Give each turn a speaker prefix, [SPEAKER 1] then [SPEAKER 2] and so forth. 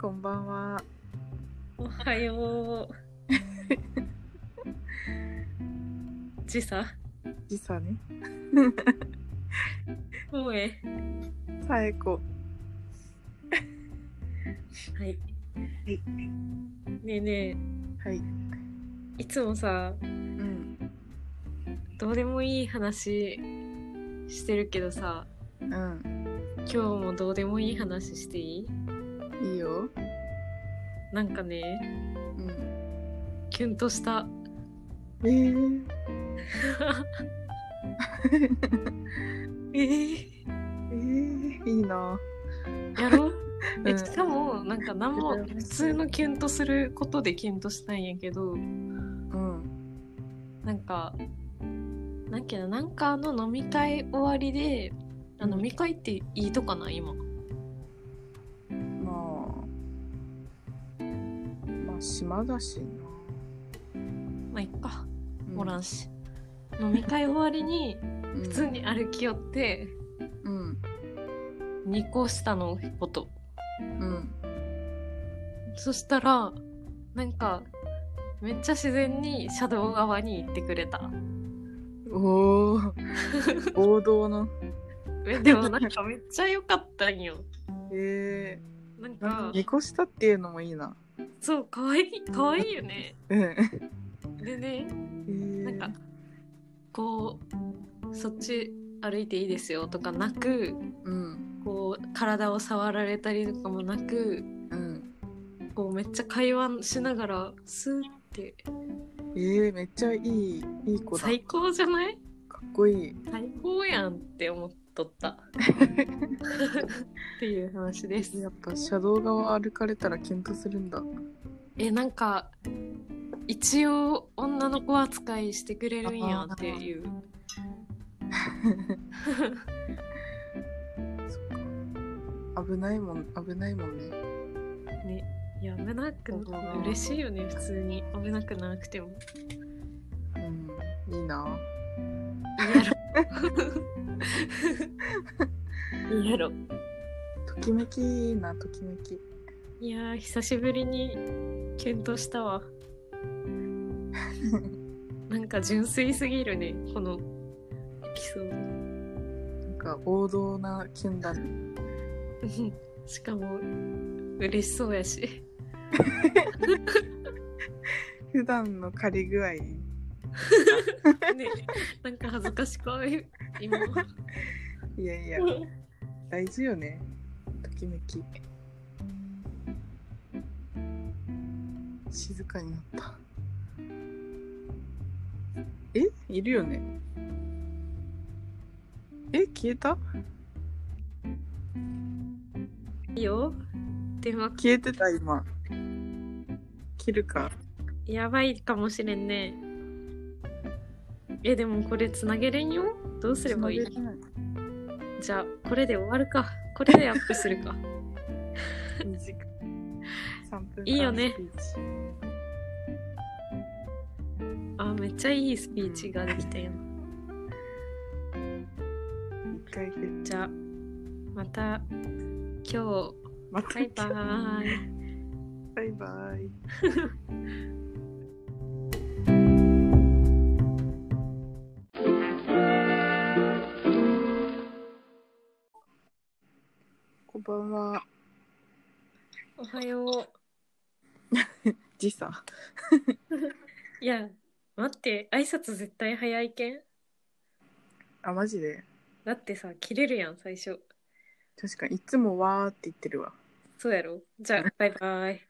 [SPEAKER 1] こんばんは。
[SPEAKER 2] おはよ う。時差
[SPEAKER 1] 時差ね。
[SPEAKER 2] 声。
[SPEAKER 1] さえこ。
[SPEAKER 2] はい。
[SPEAKER 1] い
[SPEAKER 2] ねえね
[SPEAKER 1] はい。
[SPEAKER 2] え、いつもさ、
[SPEAKER 1] うん。
[SPEAKER 2] どうでもいい話してるけどさ、
[SPEAKER 1] うん。
[SPEAKER 2] 今日もどうでもいい話していい
[SPEAKER 1] いいよ。
[SPEAKER 2] なんかね、
[SPEAKER 1] うん。
[SPEAKER 2] キュンとした。
[SPEAKER 1] えー、
[SPEAKER 2] え ー、
[SPEAKER 1] えー、いいな。
[SPEAKER 2] やろう
[SPEAKER 1] う
[SPEAKER 2] え
[SPEAKER 1] ん
[SPEAKER 2] しかもなんか何も普通のキュンとすることでキュンとしたんやけど
[SPEAKER 1] うん。
[SPEAKER 2] なんかなんけどなんかあの飲み会終わりであ飲み会っていいとかな今
[SPEAKER 1] まあ。まあ、島だしな。
[SPEAKER 2] まあいっか
[SPEAKER 1] う
[SPEAKER 2] おらんし、飲み会終わりに
[SPEAKER 1] 普
[SPEAKER 2] 普通。に歩き寄って
[SPEAKER 1] うん。
[SPEAKER 2] 二個下のこと
[SPEAKER 1] うん。
[SPEAKER 2] そしたらなんかめっちゃ自然に車道側に行ってくれた
[SPEAKER 1] お お。王道の。
[SPEAKER 2] えでもなんかめっちゃ良かったんよ
[SPEAKER 1] ええ
[SPEAKER 2] なん
[SPEAKER 1] ー。なん
[SPEAKER 2] か
[SPEAKER 1] か、ぎこしたっていうのもいいな。
[SPEAKER 2] そう、かわいい、かわいいよね。
[SPEAKER 1] うん。
[SPEAKER 2] でね、
[SPEAKER 1] え
[SPEAKER 2] な
[SPEAKER 1] ー
[SPEAKER 2] んか、こう、そっち歩いていいですよとかなく、
[SPEAKER 1] うん。
[SPEAKER 2] こう、体を触られたりとかもなく、
[SPEAKER 1] うん。
[SPEAKER 2] こう、めっちゃ会話しながら、スーって、
[SPEAKER 1] えー、めっちゃいい、いい子だ。
[SPEAKER 2] 最高じゃない
[SPEAKER 1] かっこいい。
[SPEAKER 2] 最高やんって思っとった。 っていう話です。
[SPEAKER 1] やっぱ車道側歩かれたらキュンとするんだ。
[SPEAKER 2] え、なんか、一応女の子扱いしてくれるんやって いう。
[SPEAKER 1] そっか危ないもん危ないもんね。
[SPEAKER 2] ね、いや危なく
[SPEAKER 1] そうだな
[SPEAKER 2] 嬉しいよね普通に危なくなくても
[SPEAKER 1] うん、いいな。
[SPEAKER 2] いいやろ
[SPEAKER 1] ときめきいいなときめき。
[SPEAKER 2] いやー久しぶりに検討したわなんか純粋すぎるねこのエピソー
[SPEAKER 1] なんか王道なキュンだね。
[SPEAKER 2] ド しかも嬉しそうやし
[SPEAKER 1] 普段の借り具合。
[SPEAKER 2] ねなんか恥ずかしくない今
[SPEAKER 1] いやいや大事よね。ときめき。静かになった。えいるよね。え消えた
[SPEAKER 2] いいよ電話
[SPEAKER 1] 消えてた今切るか
[SPEAKER 2] やばいかもしれんね。え、でもこれつなげれんよどうすればいい
[SPEAKER 1] 繋げて
[SPEAKER 2] じゃあ、これで終わるか。これでアップするか。
[SPEAKER 1] ない短い3分間
[SPEAKER 2] いいよね
[SPEAKER 1] スピーチ
[SPEAKER 2] あ、めっちゃいいスピーチができたよ。
[SPEAKER 1] 一回切る
[SPEAKER 2] じゃあ、また今日、
[SPEAKER 1] また
[SPEAKER 2] バイバーイ。
[SPEAKER 1] バイバ イこんばんは
[SPEAKER 2] おはよ
[SPEAKER 1] 時差
[SPEAKER 2] う。いや、待って、挨拶絶対早いけん
[SPEAKER 1] あマジで
[SPEAKER 2] だってさ、切れるやん、最初。
[SPEAKER 1] 確かにいつもわーって言ってるわ
[SPEAKER 2] そうやろじゃあ、バイバーイ。